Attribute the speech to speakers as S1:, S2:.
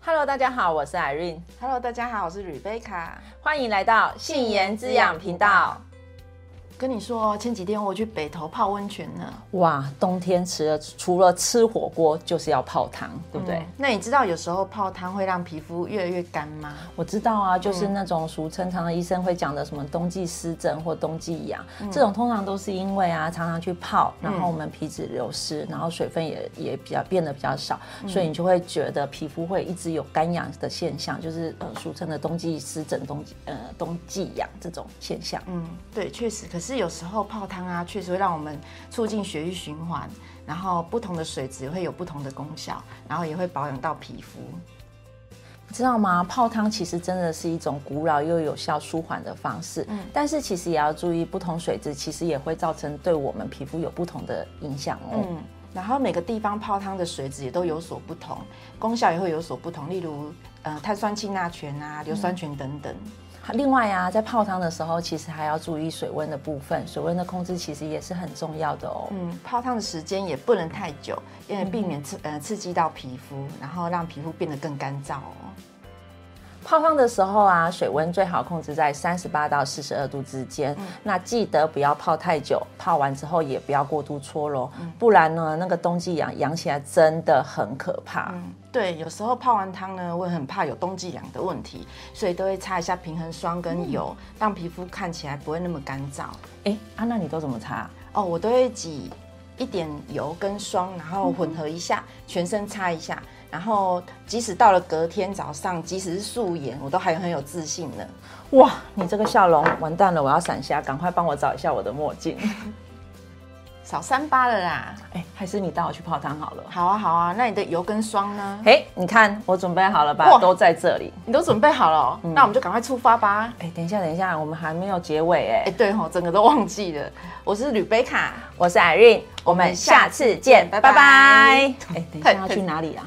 S1: Hello，大家好，我是 Irene，
S2: Hello，大家好，我是 Rebecca。
S1: 欢迎来到信言滋养频道。
S2: 跟你说，哦前几天我去北投泡温泉呢，
S1: 哇，冬天吃了除了吃火锅，就是要泡汤，对不对？
S2: 嗯那你知道有时候泡汤会让皮肤越来越干吗？
S1: 我知道啊，就是那种俗称常常医生会讲的什么冬季湿疹或冬季痒，这种通常都是因为啊常常去泡，然后我们皮脂流失，然后水分也也比较变得比较少，所以你就会觉得皮肤会一直有干痒的现象，就是呃俗称的冬季湿疹、冬季呃冬季痒这种现象。
S2: 嗯，对，确实。可是有时候泡汤啊，确实会让我们促进血液循环，然后不同的水质会有不同的功效，然后也会保养到皮肤。
S1: 知道吗？泡汤其实真的是一种古老又有效舒缓的方式，
S2: 嗯
S1: 但是其实也要注意，不同水质其实也会造成对我们皮肤有不同的影响哦。
S2: 嗯，然后每个地方泡汤的水质也都有所不同，功效也会有所不同。例如，呃，碳酸氢钠泉啊、硫酸泉等等。
S1: 另外啊，在泡汤的时候，其实还要注意水温的部分，水温的控制其实也是很重要的哦。
S2: 嗯，泡汤的时间也不能太久，因为避免刺、呃刺激到皮肤，然后让皮肤变得更干燥哦。
S1: 泡汤的时候啊，水温最好控制在三十八到四十二度之间。
S2: 嗯
S1: 那记得不要泡太久，泡完之后也不要过度搓揉，
S2: 嗯
S1: 不然呢，那个冬季痒痒起来真的很可怕。
S2: 嗯，对，有时候泡完汤呢，我也很怕有冬季痒的问题，所以都会擦一下平衡霜跟油，让皮肤看起来不会那么干燥。
S1: 哎、啊，那你都怎么擦啊、
S2: 哦，我都会挤一点油跟霜，然后混合一下，全身擦一下。然后，即使到了隔天早上，即使是素颜，我都还很有自信呢。
S1: 哇，你这个笑容完蛋了，我要闪瞎，赶快帮我找一下我的墨 镜。
S2: 少三八了啦！
S1: 哎，还是你带我去泡汤好了。
S2: 好啊，好啊，那你的油跟霜呢？
S1: 哎，你看我准备好了吧？
S2: 哇
S1: 都在这里。
S2: 你都准备好了哦、那我们就赶快出发吧。
S1: 哎，等一下，等一下，我们还没有结尾哎
S2: 哎、。对吼、整个都忘记了。我是吕贝卡，
S1: 我是 Irene，我们下次见，拜
S2: 拜
S1: 拜。
S2: 拜
S1: 哎，等一下要去哪里啊？